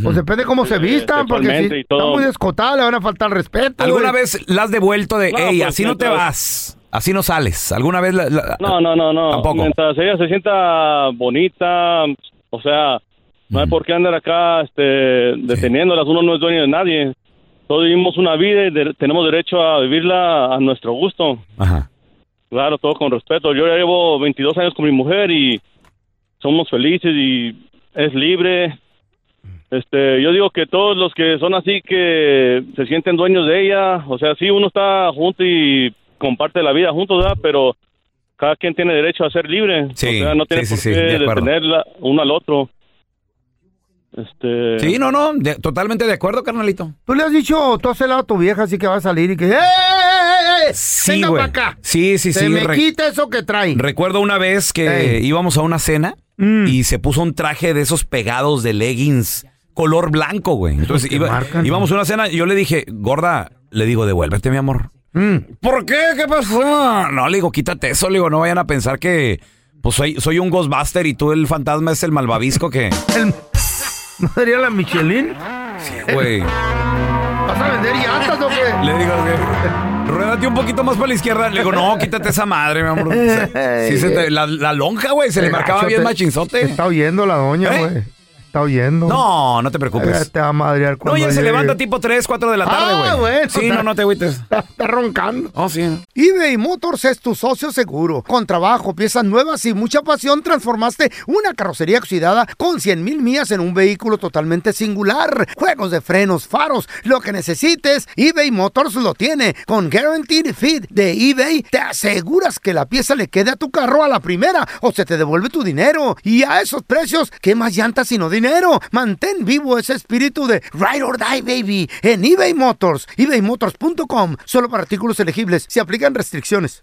[SPEAKER 3] Pues depende cómo se
[SPEAKER 6] Eh,
[SPEAKER 3] vistan, porque
[SPEAKER 6] sexualmente
[SPEAKER 3] si
[SPEAKER 6] y todo.
[SPEAKER 3] está muy descotada le van a faltar respeto.
[SPEAKER 2] ¿Alguna
[SPEAKER 3] güey.
[SPEAKER 2] vez la has devuelto de,
[SPEAKER 6] No,
[SPEAKER 2] hey,
[SPEAKER 6] pues,
[SPEAKER 2] así no te
[SPEAKER 6] mientras-
[SPEAKER 2] vas, así no sales? ¿Alguna vez la, la-
[SPEAKER 6] No, no, no, no.
[SPEAKER 2] Tampoco.
[SPEAKER 6] Mientras ella se sienta bonita, o sea, no hay
[SPEAKER 2] Mm.
[SPEAKER 6] por qué andar acá este, deteniéndolas. Uno no es dueño de nadie. Todos vivimos una vida y de- tenemos derecho a vivirla a nuestro gusto.
[SPEAKER 2] Ajá.
[SPEAKER 6] Claro, todo con respeto. Yo ya llevo 22 años con mi mujer y somos felices y es libre. Este, yo digo que todos los que son así que se sienten dueños de ella, o sea, sí uno está junto y comparte la vida juntos, ¿verdad? Pero cada quien tiene derecho a ser libre.
[SPEAKER 2] Sí,
[SPEAKER 6] o sea, no tiene
[SPEAKER 2] sí,
[SPEAKER 6] por
[SPEAKER 2] sí, sí,
[SPEAKER 6] qué
[SPEAKER 2] de acuerdo.
[SPEAKER 6] detenerla uno al otro. Este,
[SPEAKER 2] Sí, no, no, de- totalmente de acuerdo, carnalito.
[SPEAKER 3] Tú le has dicho, tú has celado a tu vieja, así que va a salir y que. ¡Eh, eh, eh, eh!
[SPEAKER 2] Sí,
[SPEAKER 3] Venga
[SPEAKER 2] güey.
[SPEAKER 3] pa' acá!
[SPEAKER 2] Sí, sí,
[SPEAKER 3] Se
[SPEAKER 2] sí.
[SPEAKER 3] me
[SPEAKER 2] re-
[SPEAKER 3] quita eso que trae.
[SPEAKER 2] Recuerdo una vez que
[SPEAKER 3] Ey. Mm.
[SPEAKER 2] íbamos a una cena y se puso un traje de esos pegados de leggings color blanco, güey. Entonces
[SPEAKER 3] que
[SPEAKER 2] iba-
[SPEAKER 3] marcan,
[SPEAKER 2] íbamos a una cena y yo le dije, gorda, le digo, devuélvete, mi amor. ¿Por qué? ¿Qué pasó? No, le digo, quítate eso, le digo, no vayan a pensar que pues soy, soy un Ghostbuster y tú el fantasma es el
[SPEAKER 3] [LAUGHS]
[SPEAKER 2] malvavisco que...
[SPEAKER 3] ¿No sería la Michelin?
[SPEAKER 2] Güey.
[SPEAKER 3] ¿Vas a vender llantas o qué?
[SPEAKER 2] Le digo, "Ok, ruédate un poquito más para la izquierda. Le digo, no, quítate esa madre, mi amor. Se- Sí, se te- la, la lonja, güey, se le marcaba
[SPEAKER 3] Gacho,
[SPEAKER 2] bien
[SPEAKER 3] Eh, te- te
[SPEAKER 2] machinzote.
[SPEAKER 3] Está oyendo la doña,
[SPEAKER 2] ¿Eh?
[SPEAKER 3] güey. Está oyendo.
[SPEAKER 2] No, no te preocupes.
[SPEAKER 3] Te va a madrear
[SPEAKER 2] No,
[SPEAKER 3] cuando
[SPEAKER 2] ya se
[SPEAKER 3] llegue.
[SPEAKER 2] levanta tipo 3, 4 de la tarde, güey.
[SPEAKER 3] Ah, bueno.
[SPEAKER 2] Sí, no, no te agüites.
[SPEAKER 3] Está, está roncando.
[SPEAKER 2] Oh, sí.
[SPEAKER 3] eBay Motors es tu socio seguro. Con trabajo, piezas nuevas y mucha pasión, transformaste una carrocería oxidada con 100 mil millas en un vehículo totalmente singular. Juegos de frenos, faros, lo que necesites, eBay Motors lo tiene. Con Guaranteed Fit de eBay, te aseguras que la pieza le quede a tu carro a la primera o se te devuelve tu dinero. Y a esos precios, ¿qué más llantas sino dinero? Mantén vivo ese espíritu de Ride or Die, baby, en eBay Motors. ebaymotors.com, solo para artículos elegibles. Se aplican restricciones.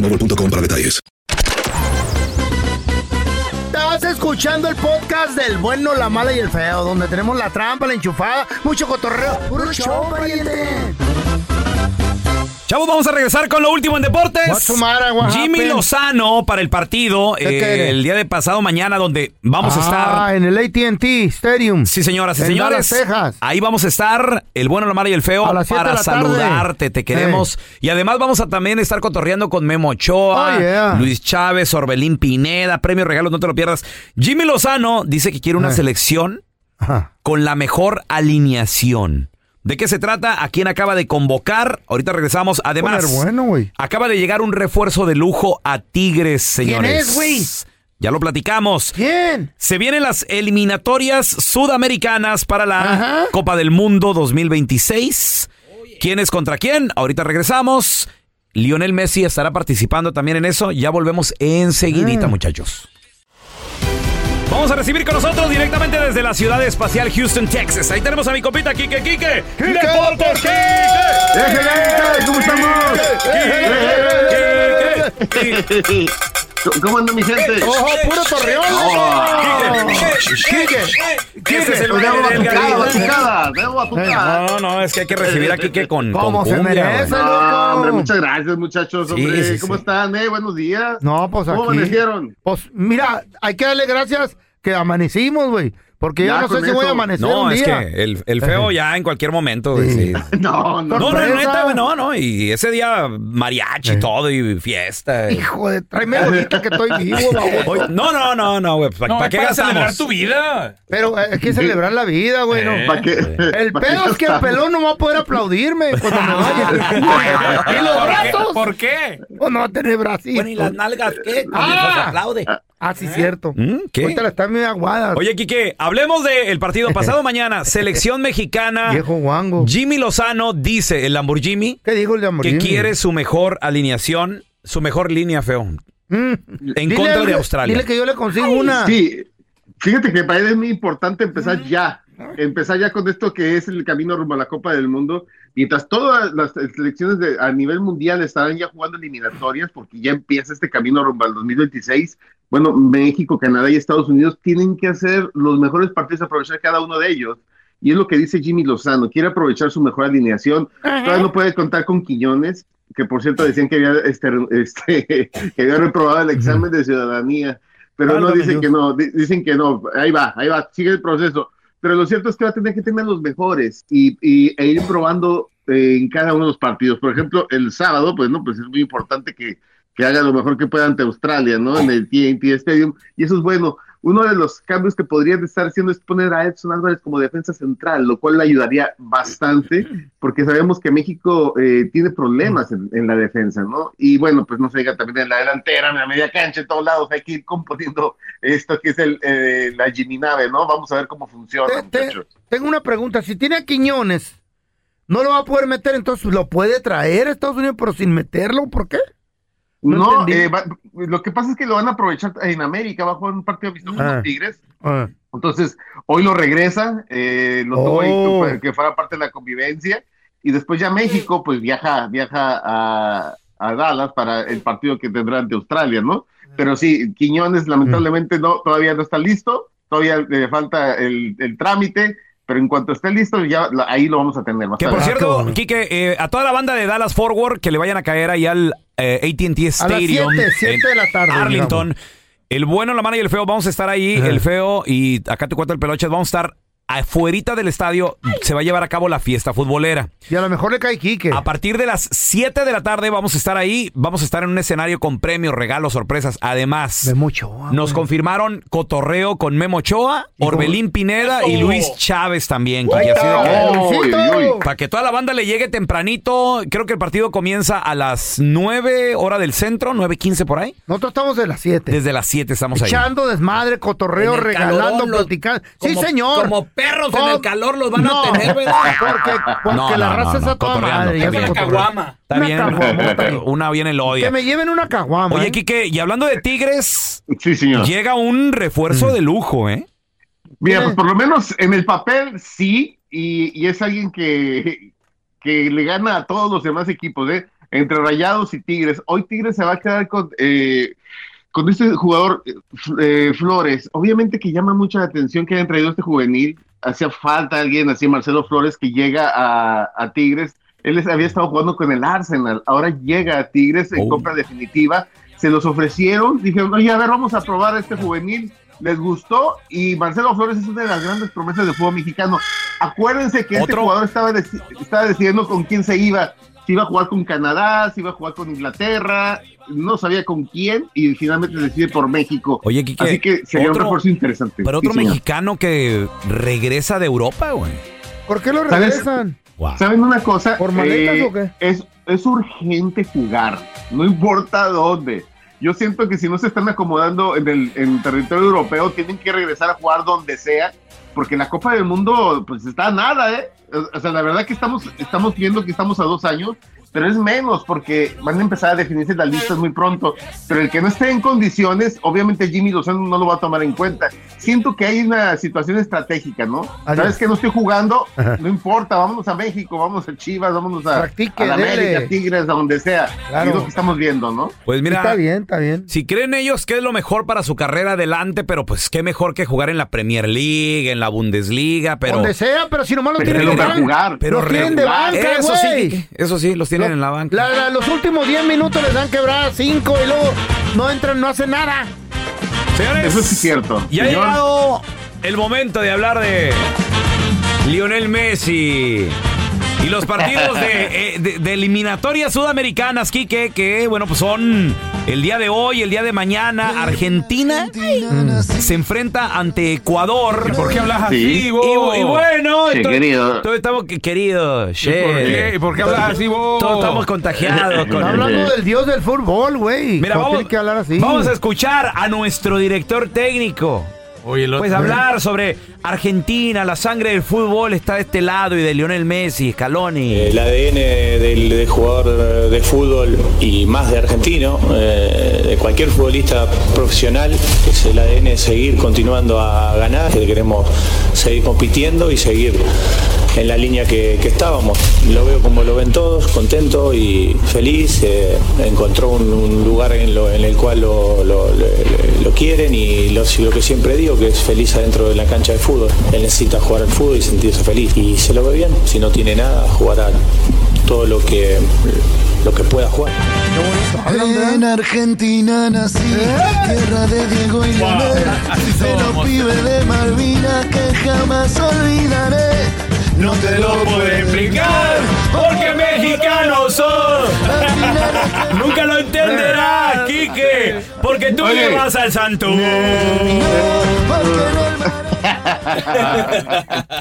[SPEAKER 1] para detalles.
[SPEAKER 3] Estás escuchando el podcast del bueno, la mala y el feo, donde tenemos la trampa, la enchufada, mucho cotorreo. ¡Puro show, pariente!
[SPEAKER 2] Chavos, vamos a regresar con lo último en deportes.
[SPEAKER 3] What's the matter? What
[SPEAKER 2] Jimmy
[SPEAKER 3] happened?
[SPEAKER 2] Lozano para el partido
[SPEAKER 3] ¿Qué
[SPEAKER 2] eh,
[SPEAKER 3] quiere?
[SPEAKER 2] el día de pasado mañana donde vamos a
[SPEAKER 3] Ah,
[SPEAKER 2] estar.
[SPEAKER 3] en el ATT Stadium.
[SPEAKER 2] Sí, señoras y
[SPEAKER 3] en
[SPEAKER 2] señores.
[SPEAKER 3] Dallas, Texas.
[SPEAKER 2] Ahí vamos a estar, el bueno, la mala y el feo,
[SPEAKER 3] A las siete
[SPEAKER 2] para
[SPEAKER 3] de la tarde.
[SPEAKER 2] saludarte. Te queremos. Y además vamos a también estar cotorreando con Memo Ochoa,
[SPEAKER 3] Oh, yeah.
[SPEAKER 2] Luis Chávez, Orbelín Pineda, premio regalo, no te lo pierdas. Jimmy Lozano dice que quiere una
[SPEAKER 3] Eh.
[SPEAKER 2] selección
[SPEAKER 3] Ajá.
[SPEAKER 2] con la mejor alineación. ¿De qué se trata? ¿A quién acaba de convocar? Ahorita regresamos. Además,
[SPEAKER 3] Poner bueno, güey.
[SPEAKER 2] acaba de llegar un refuerzo de lujo a Tigres,
[SPEAKER 3] ¿Quién
[SPEAKER 2] señores.
[SPEAKER 3] es, güey?
[SPEAKER 2] Ya lo platicamos.
[SPEAKER 3] ¿Quién?
[SPEAKER 2] Se vienen las eliminatorias sudamericanas para la
[SPEAKER 3] Ajá.
[SPEAKER 2] Copa del Mundo 2026. ¿Quién es contra quién? Ahorita regresamos. Lionel Messi estará participando también en eso. Ya volvemos enseguidita, muchachos. Vamos a recibir con nosotros directamente desde la ciudad espacial Houston, Texas. Ahí tenemos a mi compita Kike Kike. ¡Deportes Kike!
[SPEAKER 3] ¿Cómo estamos?
[SPEAKER 2] Kike, Kike.
[SPEAKER 12] ¿Cómo anda mi gente?
[SPEAKER 3] ¡Ojo, puro torreón!
[SPEAKER 2] Kike, Kike. Ese es el
[SPEAKER 3] Pues ya
[SPEAKER 2] baile
[SPEAKER 3] va
[SPEAKER 2] del
[SPEAKER 3] batucado,
[SPEAKER 2] Garibaldi.
[SPEAKER 12] Batucada, debo batucada.
[SPEAKER 2] No, no, es que hay que recibir a Kike con, con
[SPEAKER 3] Eh, ¿Cómo se
[SPEAKER 2] cumbia,
[SPEAKER 3] merece,
[SPEAKER 2] güey.
[SPEAKER 12] Ah, hombre,
[SPEAKER 3] loco?
[SPEAKER 12] muchas gracias, muchachos.
[SPEAKER 2] Sí,
[SPEAKER 12] Pues, hombre,
[SPEAKER 2] sí,
[SPEAKER 12] ¿cómo
[SPEAKER 2] sí.
[SPEAKER 12] están? Eh, buenos días.
[SPEAKER 3] No, pues
[SPEAKER 12] ¿Cómo
[SPEAKER 3] aquí.
[SPEAKER 12] amanecieron?
[SPEAKER 3] Pues mira, hay que darle gracias que amanecimos, güey. Porque yo
[SPEAKER 8] Ya
[SPEAKER 3] no sé
[SPEAKER 8] con
[SPEAKER 3] si voy a
[SPEAKER 8] eso.
[SPEAKER 3] amanecer
[SPEAKER 2] No,
[SPEAKER 3] un
[SPEAKER 2] es
[SPEAKER 3] día.
[SPEAKER 2] que el, el feo ya en cualquier momento. güey,
[SPEAKER 3] [LAUGHS]
[SPEAKER 2] sí.
[SPEAKER 12] No,
[SPEAKER 2] No, no, neta, güey, no, no. Y ese día mariachi y todo y fiesta. y-
[SPEAKER 3] Eh. Hijo de, tráeme ahorita que estoy
[SPEAKER 12] [LAUGHS]
[SPEAKER 2] [LAUGHS]
[SPEAKER 3] vivo, baboso.
[SPEAKER 2] Oye, No, no, no, no, güey. pues, ¿Para,
[SPEAKER 3] No,
[SPEAKER 2] para
[SPEAKER 3] es
[SPEAKER 2] qué
[SPEAKER 3] para
[SPEAKER 2] gastamos?
[SPEAKER 3] celebrar tu
[SPEAKER 2] vida.
[SPEAKER 3] Pero eh, hay que celebrar la vida, güey. ¿no?
[SPEAKER 2] Eh, ¿pa' qué?
[SPEAKER 3] El
[SPEAKER 2] ¿pa' qué
[SPEAKER 3] pedo es que el
[SPEAKER 2] gastamos?
[SPEAKER 3] pelón no va a poder aplaudirme cuando
[SPEAKER 12] [LAUGHS]
[SPEAKER 3] me vaya. [LAUGHS] ¿Y los
[SPEAKER 4] ¿Por qué?
[SPEAKER 3] brazos?
[SPEAKER 4] ¿Por
[SPEAKER 2] qué?
[SPEAKER 3] O no va a tener bracitos.
[SPEAKER 4] Bueno, ¿y las nalgas qué? Con eso se aplaude.
[SPEAKER 3] Ah, sí, cierto.
[SPEAKER 2] ¿Mm? ¿Qué?
[SPEAKER 3] Ahorita la están medio aguadas.
[SPEAKER 2] Oye, Quique, hablemos del partido
[SPEAKER 3] [LAUGHS]
[SPEAKER 2] pasado mañana. Selección mexicana.
[SPEAKER 3] Viejo guango.
[SPEAKER 2] Jimmy Lozano dice, el Lamborghini,
[SPEAKER 3] ¿Qué dijo el Lamborghini?
[SPEAKER 2] que quiere su mejor alineación, su mejor línea, feo.
[SPEAKER 3] Mm.
[SPEAKER 2] En
[SPEAKER 3] Dile
[SPEAKER 2] contra
[SPEAKER 3] al-
[SPEAKER 2] de Australia.
[SPEAKER 3] Dile que yo le consigo
[SPEAKER 12] Ay,
[SPEAKER 3] una.
[SPEAKER 12] Sí, fíjate que para él es muy importante empezar ya. Empezar ya con esto que es el camino rumbo a la Copa del Mundo. Mientras todas las selecciones de- a nivel mundial estarán ya jugando eliminatorias, porque ya empieza este camino rumbo al 2026. Bueno, México, Canadá y Estados Unidos tienen que hacer los mejores partidos, aprovechar cada uno de ellos. Y es lo que dice Jimmy Lozano, quiere aprovechar su mejor alineación. Todavía no puede contar con Quiñones, que por cierto decían que había, este, este, [LAUGHS] que había reprobado el examen de ciudadanía. Pero no
[SPEAKER 3] Válgame
[SPEAKER 12] dicen que no, di- dicen que no. Ahí va, ahí va, sigue el proceso. Pero lo cierto es que va a tener que tener los mejores y, y- e ir probando eh, en cada uno de los partidos. Por ejemplo, el sábado, pues no, pues es muy importante que, que haga lo mejor que pueda ante Australia, ¿no? En el TNT Stadium. Y eso es bueno. Uno de los cambios que podrían estar haciendo es poner a Edson Álvarez como defensa central, lo cual le ayudaría bastante, porque sabemos que México eh, tiene problemas en, en la defensa, ¿no? Y bueno, pues no se diga también en la delantera, en la media cancha, en todos lados, hay que ir componiendo esto que es el, eh, la Jimmy Nave, ¿no? Vamos a ver cómo funciona, muchachos.
[SPEAKER 3] Tengo una pregunta. Si tiene a Quiñones, no lo va a poder meter, entonces lo puede traer a Estados Unidos, pero sin meterlo, ¿por qué?
[SPEAKER 12] No,
[SPEAKER 3] entendí.
[SPEAKER 12] eh, va- lo que pasa es que lo van a aprovechar en América, va a jugar un partido visto con
[SPEAKER 3] Ah.
[SPEAKER 12] los Tigres.
[SPEAKER 3] Ah.
[SPEAKER 12] Entonces, hoy lo regresa, eh, lo tuvo ahí
[SPEAKER 3] Oh.
[SPEAKER 12] para que fuera parte de la convivencia, y después ya México, pues viaja, viaja a, a Dallas para el partido que tendrá ante Australia, ¿no? Pero sí, Quiñones lamentablemente no, todavía no está listo, todavía le falta el, el trámite, pero en cuanto esté listo, ya la- ahí lo vamos a tener. más
[SPEAKER 2] Que por
[SPEAKER 12] tarde. Ah,
[SPEAKER 2] cierto, Quique, eh, a toda la banda de Dallas Forward que le vayan a caer ahí al eh, ATT
[SPEAKER 3] A las
[SPEAKER 2] Stadium.
[SPEAKER 3] 7,
[SPEAKER 2] en
[SPEAKER 3] 7 de la tarde.
[SPEAKER 2] Arlington. El bueno, la mala y el feo vamos a estar ahí. El feo y acá tu cuarto el peloche. Vamos a estar afuerita del estadio. Se va a llevar a cabo la fiesta futbolera.
[SPEAKER 3] Y a lo mejor le cae Quique.
[SPEAKER 2] A partir de las 7 de la tarde vamos a estar ahí. Vamos a estar en un escenario con premios, regalos, sorpresas. Además,
[SPEAKER 3] ah,
[SPEAKER 2] nos confirmaron Cotorreo con Memo Ochoa, Orbelín Pineda y Luis Chávez también.
[SPEAKER 3] Ahí
[SPEAKER 2] Quique, así de
[SPEAKER 3] está,
[SPEAKER 2] que-
[SPEAKER 3] Luisito. Uy, uy, uy.
[SPEAKER 2] Para que toda la banda le llegue tempranito. Creo que el partido comienza a las 9 hora del centro, 9.15 por ahí.
[SPEAKER 3] Nosotros estamos de las 7.
[SPEAKER 2] Desde las 7 estamos ahí.
[SPEAKER 3] Echando desmadre, cotorreo,
[SPEAKER 2] En el
[SPEAKER 3] regalando,
[SPEAKER 2] calorón, los-
[SPEAKER 3] platicando. Sí,
[SPEAKER 2] como-
[SPEAKER 3] señor.
[SPEAKER 2] como perros en el calor los van a
[SPEAKER 3] No,
[SPEAKER 2] tener, ¿verdad?
[SPEAKER 3] [LAUGHS] Porque, porque
[SPEAKER 2] No,
[SPEAKER 3] la
[SPEAKER 2] no,
[SPEAKER 3] raza
[SPEAKER 2] no,
[SPEAKER 3] es
[SPEAKER 2] no,
[SPEAKER 3] a toda
[SPEAKER 2] cotorreando,
[SPEAKER 3] madre. ya
[SPEAKER 2] está
[SPEAKER 3] se
[SPEAKER 2] bien.
[SPEAKER 3] la cotorreó.
[SPEAKER 2] Está
[SPEAKER 3] Una
[SPEAKER 2] bien. [LAUGHS]
[SPEAKER 3] caguamota.
[SPEAKER 2] Una bien el odio.
[SPEAKER 3] Que me lleven una caguama.
[SPEAKER 2] Oye,
[SPEAKER 3] ¿eh?
[SPEAKER 2] Quique, y hablando de Tigres,
[SPEAKER 12] señor.
[SPEAKER 2] llega un refuerzo
[SPEAKER 3] Mm.
[SPEAKER 2] de lujo, ¿eh?
[SPEAKER 12] Mira, pues por lo menos en el papel sí, y, y es alguien que, que le gana a todos los demás equipos, ¿eh? entre Rayados y Tigres. Hoy Tigres se va a quedar con, eh, con este jugador eh, F- eh, Flores. Obviamente que llama mucha la atención que hayan traído este juvenil. Hacía falta alguien así, Marcelo Flores, que llega a, a Tigres. Él es- había estado jugando con el Arsenal, ahora llega a Tigres en compra definitiva. Se los ofrecieron, dijeron, oye, a ver, vamos a probar a este juvenil. Les gustó y Marcelo Flores es una de las grandes promesas del fútbol mexicano. Acuérdense que este jugador estaba, deci- estaba decidiendo con quién se iba. Si iba a jugar con Canadá, si iba a jugar con Inglaterra, no sabía con quién y finalmente decide por México.
[SPEAKER 2] Oye, Quique,
[SPEAKER 12] Así que sería
[SPEAKER 2] otro-
[SPEAKER 12] un refuerzo interesante.
[SPEAKER 2] Pero
[SPEAKER 12] Sí,
[SPEAKER 2] otro
[SPEAKER 12] señor.
[SPEAKER 2] mexicano que regresa de Europa, güey.
[SPEAKER 3] ¿Por qué lo
[SPEAKER 12] ¿Sabes?
[SPEAKER 3] regresan?
[SPEAKER 12] ¿Saben una cosa? Eh,
[SPEAKER 3] ¿Por maletas o qué?
[SPEAKER 12] Es, es urgente jugar, no importa dónde. Yo siento que si no se están acomodando en el en territorio europeo, tienen que regresar a jugar donde sea, porque la Copa del Mundo, pues está a nada, ¿eh? O- O sea, la verdad que estamos, estamos viendo que estamos a dos años, pero es menos, porque van a empezar a definirse las listas muy pronto. Pero el que no esté en condiciones, obviamente Jimmy Lozano no lo va a tomar en cuenta. Siento que hay una situación estratégica, ¿no? Sabes que no estoy jugando,
[SPEAKER 3] Ajá.
[SPEAKER 12] no importa, vámonos a México, vámonos a Chivas, vámonos a,
[SPEAKER 3] Practique,
[SPEAKER 12] a la
[SPEAKER 3] dele.
[SPEAKER 12] América, Tigres, a donde sea.
[SPEAKER 3] Claro.
[SPEAKER 12] Es lo que estamos viendo, ¿no?
[SPEAKER 2] Pues mira,
[SPEAKER 3] Está bien, está bien.
[SPEAKER 2] si creen ellos que es lo mejor para su carrera adelante, pero pues qué mejor que jugar en la Premier League, en la Bundesliga, pero...
[SPEAKER 3] Donde sea, pero si nomás lo
[SPEAKER 2] Pero
[SPEAKER 3] tienen
[SPEAKER 2] lo
[SPEAKER 3] de
[SPEAKER 2] va a
[SPEAKER 3] banca.
[SPEAKER 2] jugar. Pero
[SPEAKER 3] Lo tienen de
[SPEAKER 2] regular.
[SPEAKER 3] banca,
[SPEAKER 2] Eso sí,
[SPEAKER 3] güey.
[SPEAKER 2] Quique, eso sí, los tienen en la banca.
[SPEAKER 3] La- la- los últimos 10 minutos les dan quebrada 5 y luego no entran, no hacen nada.
[SPEAKER 2] Señores,
[SPEAKER 12] Eso sí es cierto.
[SPEAKER 2] Y ha
[SPEAKER 12] Señor.
[SPEAKER 2] llegado el momento de hablar de Lionel Messi y los
[SPEAKER 13] [LAUGHS]
[SPEAKER 2] partidos de, eh, de- de eliminatorias sudamericanas, Quique, que bueno, pues son el día de hoy, el día de mañana, Argentina mm, se enfrenta ante Ecuador. ¿Por qué
[SPEAKER 13] hablas
[SPEAKER 2] así, y, bu- y bueno,
[SPEAKER 13] Sí,
[SPEAKER 2] entonces-
[SPEAKER 13] querido.
[SPEAKER 2] entonces estamos querido, che.
[SPEAKER 13] por qué? ¿Y por qué hablas así, vos?
[SPEAKER 2] Todos estamos
[SPEAKER 13] [LAUGHS]
[SPEAKER 2] contagiados con
[SPEAKER 3] Está hablando del dios del fútbol, güey.
[SPEAKER 2] Mira,
[SPEAKER 3] No
[SPEAKER 2] vamos-
[SPEAKER 3] tiene que hablar así.
[SPEAKER 2] Vamos a escuchar a nuestro director técnico. pues hablar sobre Argentina, la sangre del fútbol está de este lado y de Lionel Messi, Scaloni.
[SPEAKER 14] Eh, El ADN del, del jugador de fútbol y más de argentino, eh, de cualquier futbolista profesional, es el ADN de seguir continuando a ganar, que queremos seguir compitiendo y seguir en la línea que, que estábamos. Lo veo como lo ven todos, contento y feliz. eh, encontró un, un lugar en, lo- en el cual lo, lo- lo- lo quieren y lo, lo que siempre digo, que es feliz adentro de la cancha de fútbol. Él necesita jugar al fútbol y sentirse feliz. Y se lo ve bien, si no tiene nada, jugará todo lo que, lo que pueda jugar.
[SPEAKER 15] En Argentina nací, tierra de Diego y Leonel, de los pibes de Malvinas que jamás olvidaré. No te lo podré explicar, porque mexicano sos.
[SPEAKER 2] [LAUGHS] Nunca lo entenderás, Quique, porque tú
[SPEAKER 13] Oye.
[SPEAKER 2] le vas al santo. [LAUGHS]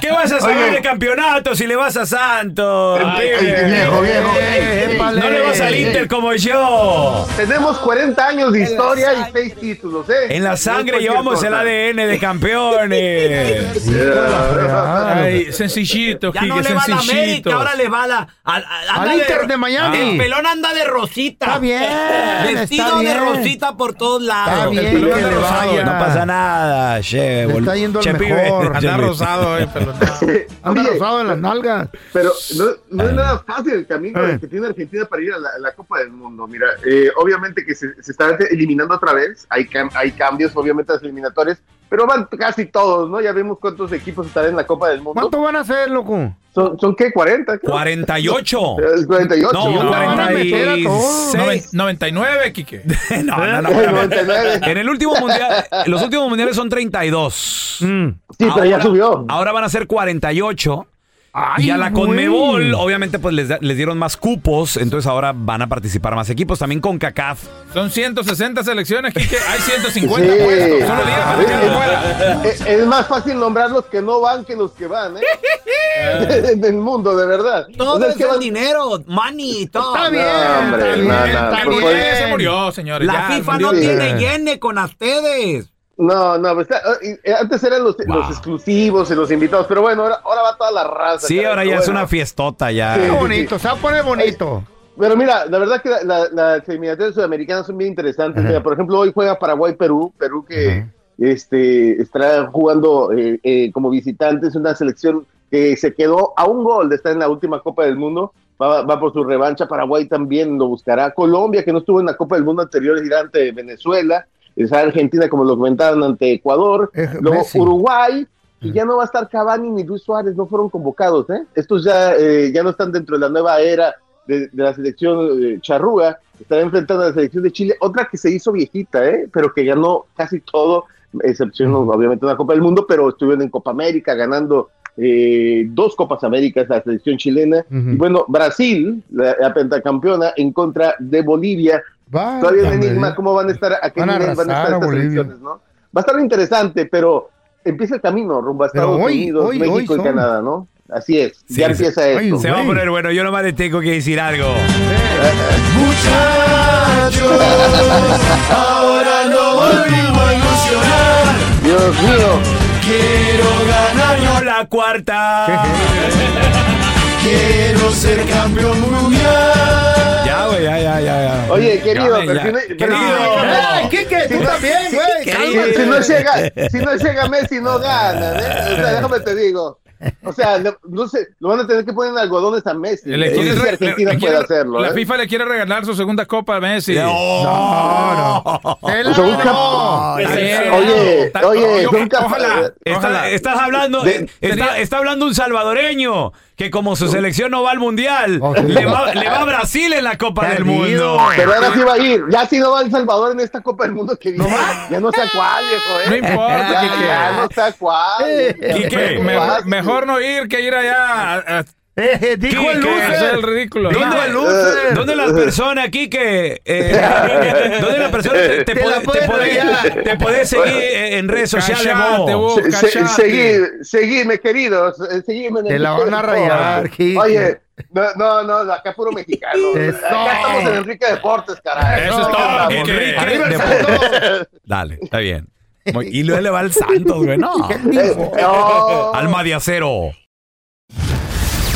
[SPEAKER 2] ¿Qué vas a salir
[SPEAKER 13] Oye.
[SPEAKER 2] de campeonato si le vas a Santos?
[SPEAKER 12] Eh, eh, viejo, viejo. Eh,
[SPEAKER 2] No le vas al
[SPEAKER 12] eh,
[SPEAKER 2] Inter como yo.
[SPEAKER 12] Tenemos 40 años de historia y 6 títulos, ¿eh?
[SPEAKER 2] En la sangre
[SPEAKER 12] No es cualquier
[SPEAKER 2] llevamos el
[SPEAKER 12] cosa.
[SPEAKER 2] ADN de
[SPEAKER 12] [LAUGHS]
[SPEAKER 2] campeones.
[SPEAKER 13] Ay, sencillito,
[SPEAKER 4] Ya no
[SPEAKER 13] Quique,
[SPEAKER 4] le va a la
[SPEAKER 13] sencillito.
[SPEAKER 4] América, ahora le va a la, al,
[SPEAKER 13] Al Inter de Miami.
[SPEAKER 4] El pelón anda de rosita. Está [LAUGHS]
[SPEAKER 3] bien.
[SPEAKER 4] Vestido
[SPEAKER 3] está
[SPEAKER 4] de
[SPEAKER 3] bien.
[SPEAKER 4] rosita por todos lados.
[SPEAKER 3] Está bien,
[SPEAKER 4] pelón
[SPEAKER 3] que
[SPEAKER 4] anda
[SPEAKER 3] le
[SPEAKER 4] rosado.
[SPEAKER 3] vaya.
[SPEAKER 2] No pasa nada, che.
[SPEAKER 3] Le
[SPEAKER 2] bol-
[SPEAKER 3] está yendo al
[SPEAKER 2] che, pibe. eh,
[SPEAKER 3] mejor.
[SPEAKER 2] Che, pibe.
[SPEAKER 12] [LAUGHS]
[SPEAKER 3] Anda rosado en las nalgas.
[SPEAKER 12] Pero no,
[SPEAKER 13] Ah.
[SPEAKER 12] no es nada fácil el camino que tiene Argentina para ir a la, a la Copa del Mundo. Mira, eh, obviamente que se, se está eliminando otra vez, hay, cam- hay cambios obviamente a las eliminatorias, pero van casi todos, ¿no? Ya vemos cuántos equipos están en la Copa del Mundo.
[SPEAKER 3] ¿Cuánto van a hacer, loco?
[SPEAKER 12] ¿Son, son qué? ¿40?
[SPEAKER 2] 48.
[SPEAKER 12] Eh, 48.
[SPEAKER 2] No,
[SPEAKER 12] ¿no?
[SPEAKER 2] 46.
[SPEAKER 13] 99, Quique.
[SPEAKER 2] [LAUGHS]
[SPEAKER 12] [LAUGHS]
[SPEAKER 2] no, no, no, espérame. En el último mundial, en los últimos mundiales son 32.
[SPEAKER 13] Mm.
[SPEAKER 12] Sí, pero ya subió.
[SPEAKER 2] Ahora van a ser 48. y a la
[SPEAKER 13] güey.
[SPEAKER 2] Conmebol, obviamente, pues les, da- les dieron más cupos, entonces ahora van a participar más equipos. También con CACAF.
[SPEAKER 13] Son 160 selecciones, Quique. Hay 150
[SPEAKER 12] Sí.
[SPEAKER 13] puestos. Solo 10
[SPEAKER 12] Ah,
[SPEAKER 13] para tirar
[SPEAKER 12] es-
[SPEAKER 13] fuera.
[SPEAKER 12] es, es más fácil nombrar los que no van que los que van, [LAUGHS] ¿eh? Del mundo, de verdad.
[SPEAKER 4] Todo
[SPEAKER 12] O sea,
[SPEAKER 4] es
[SPEAKER 12] que
[SPEAKER 4] el
[SPEAKER 12] van-
[SPEAKER 4] dinero, money, todo.
[SPEAKER 12] Está bien, No, hombre, pues, está bien, no, no, está
[SPEAKER 13] El mundial ya se murió, señores.
[SPEAKER 4] La
[SPEAKER 13] ya, el
[SPEAKER 4] FIFA
[SPEAKER 13] mundial ya.
[SPEAKER 4] no tiene yene con ustedes.
[SPEAKER 12] No, no, pues, está- eh, antes eran los, los exclusivos y los invitados, pero bueno, ahora, ahora va toda la raza.
[SPEAKER 2] Sí,
[SPEAKER 12] caray,
[SPEAKER 2] ahora ya
[SPEAKER 12] pero
[SPEAKER 2] es
[SPEAKER 12] bueno.
[SPEAKER 2] una fiestota ya.
[SPEAKER 12] Sí, sí, sí.
[SPEAKER 3] Bonito, se va a poner bonito.
[SPEAKER 12] Pero mira, la verdad que la- la- las eliminatorias sudamericanas son bien interesantes. Mira, por ejemplo, hoy juega Paraguay-Perú, Perú que este, estará jugando eh, eh, como visitantes, una selección que se quedó a un gol de estar en la última Copa del Mundo, va, va por su revancha, Paraguay también lo buscará, Colombia que no estuvo en la Copa del Mundo anterior irá ante Venezuela, está Argentina como lo comentaron ante Ecuador, luego
[SPEAKER 16] Messi.
[SPEAKER 12] Uruguay. Y ya no va a estar Cavani ni Luis Suárez, no fueron convocados, ¿eh? Estos ya, eh, ya no están dentro de la nueva era de, de la selección eh, charrúa, estará enfrentando a la selección de Chile, otra que se hizo viejita, ¿eh? pero que ganó casi todo, excepción obviamente una Copa del Mundo, pero estuvieron en Copa América ganando eh, dos Copas Américas la selección chilena.
[SPEAKER 3] Ujú.
[SPEAKER 12] Y bueno, Brasil, la, la pentacampeona, en contra de Bolivia. Todavía es
[SPEAKER 3] hombre. ¿eh?
[SPEAKER 12] enigma cómo van a estar, a qué
[SPEAKER 3] Van a
[SPEAKER 12] nivel van a
[SPEAKER 3] arrasar
[SPEAKER 12] estar
[SPEAKER 3] a
[SPEAKER 12] estas
[SPEAKER 3] Bolivia.
[SPEAKER 12] selecciones, ¿no? Va a estar interesante, pero empieza el camino rumbo a
[SPEAKER 3] Pero
[SPEAKER 12] Estados
[SPEAKER 3] hoy,
[SPEAKER 12] Unidos,
[SPEAKER 3] hoy, hoy
[SPEAKER 12] México y
[SPEAKER 3] son.
[SPEAKER 12] Canadá, ¿no? Así es, ya
[SPEAKER 2] Sí,
[SPEAKER 12] empieza
[SPEAKER 2] se-
[SPEAKER 12] esto.
[SPEAKER 2] Se va a poner bueno. Yo nomás le tengo que decir algo.
[SPEAKER 15] Muchachos, ahora
[SPEAKER 3] [LAUGHS]
[SPEAKER 15] no volvimos a ilusionar.
[SPEAKER 12] Dios mío.
[SPEAKER 15] Quiero ganar yo
[SPEAKER 2] la cuarta.
[SPEAKER 15] Quiero ser campeón mundial.
[SPEAKER 2] Ya, güey, ya, ya, ya. ya.
[SPEAKER 12] Oye,
[SPEAKER 2] Ya,
[SPEAKER 12] querido,
[SPEAKER 2] güey,
[SPEAKER 12] pero
[SPEAKER 2] ya.
[SPEAKER 12] si no, pero si
[SPEAKER 2] Querido.
[SPEAKER 12] no llega-
[SPEAKER 3] Ay, Kike, tú
[SPEAKER 12] Si no-
[SPEAKER 3] también,
[SPEAKER 12] si-
[SPEAKER 3] güey,
[SPEAKER 12] si-
[SPEAKER 3] cálmate.
[SPEAKER 12] Si no llega, si no llega Messi, no gana, ¿eh? O sea, déjame te digo. O sea, no, no sé, lo van a tener que poner en algodones a Messi.
[SPEAKER 6] Le
[SPEAKER 12] No
[SPEAKER 6] quiere
[SPEAKER 12] sé si
[SPEAKER 6] re-
[SPEAKER 12] Argentina
[SPEAKER 6] le- le
[SPEAKER 12] puede
[SPEAKER 6] quiere-
[SPEAKER 12] hacerlo.
[SPEAKER 6] La
[SPEAKER 12] ¿eh?
[SPEAKER 6] FIFA le quiere regalar su segunda copa a Messi.
[SPEAKER 12] No,
[SPEAKER 6] no.
[SPEAKER 12] Se busca- Oye, oye, se busca-
[SPEAKER 2] Está- estás hablando, eh,
[SPEAKER 12] De-
[SPEAKER 2] está, está hablando un salvadoreño que como
[SPEAKER 6] Oh.
[SPEAKER 2] su selección no va al mundial, le, va, le va a Brasil en la Copa del Mundo.
[SPEAKER 12] Pero ahora sí va a ir. Ya si no va El Salvador en esta Copa del Mundo que viene. Ya no sé a cuál, viejo. ¿eh?
[SPEAKER 6] No importa,
[SPEAKER 12] Ya,
[SPEAKER 6] Quique.
[SPEAKER 12] ya no sé a cuál.
[SPEAKER 6] Quique,
[SPEAKER 12] ¿Cómo
[SPEAKER 6] me-
[SPEAKER 12] vas?
[SPEAKER 6] mejor no ir que ir allá. a- a-
[SPEAKER 2] dijo
[SPEAKER 6] Quique,
[SPEAKER 2] el loser.
[SPEAKER 6] eso es el ridículo.
[SPEAKER 2] ¿Dónde,
[SPEAKER 6] No,
[SPEAKER 2] eh, ¿Dónde las personas, Quique? Eh,
[SPEAKER 6] [LAUGHS]
[SPEAKER 2] ¿Dónde las personas te, te
[SPEAKER 6] Te la
[SPEAKER 2] puede- te
[SPEAKER 6] pueden
[SPEAKER 2] puede-
[SPEAKER 6] hallar.
[SPEAKER 2] te puede seguir eh, en redes sociales?
[SPEAKER 12] Callate,
[SPEAKER 2] vos?
[SPEAKER 12] Se- se- seguid- seguidme, queridos. eh, Seguidme en
[SPEAKER 2] Te
[SPEAKER 12] el
[SPEAKER 2] la van a
[SPEAKER 12] Twitter,
[SPEAKER 2] rayar,
[SPEAKER 12] por-
[SPEAKER 2] Quique.
[SPEAKER 12] Oye, no, no, no, acá puro mexicano.
[SPEAKER 2] Eso.
[SPEAKER 12] Acá estamos en Enrique Deportes, caray.
[SPEAKER 2] Eso
[SPEAKER 12] No,
[SPEAKER 2] es
[SPEAKER 12] acá
[SPEAKER 2] todo,
[SPEAKER 12] estamos.
[SPEAKER 2] Enrique
[SPEAKER 12] Arriba el
[SPEAKER 2] Deportes.
[SPEAKER 12] Santos.
[SPEAKER 2] Dale, está bien. Muy- Y
[SPEAKER 6] [LAUGHS]
[SPEAKER 2] luego le va al Santos, güey. No. Alma de acero.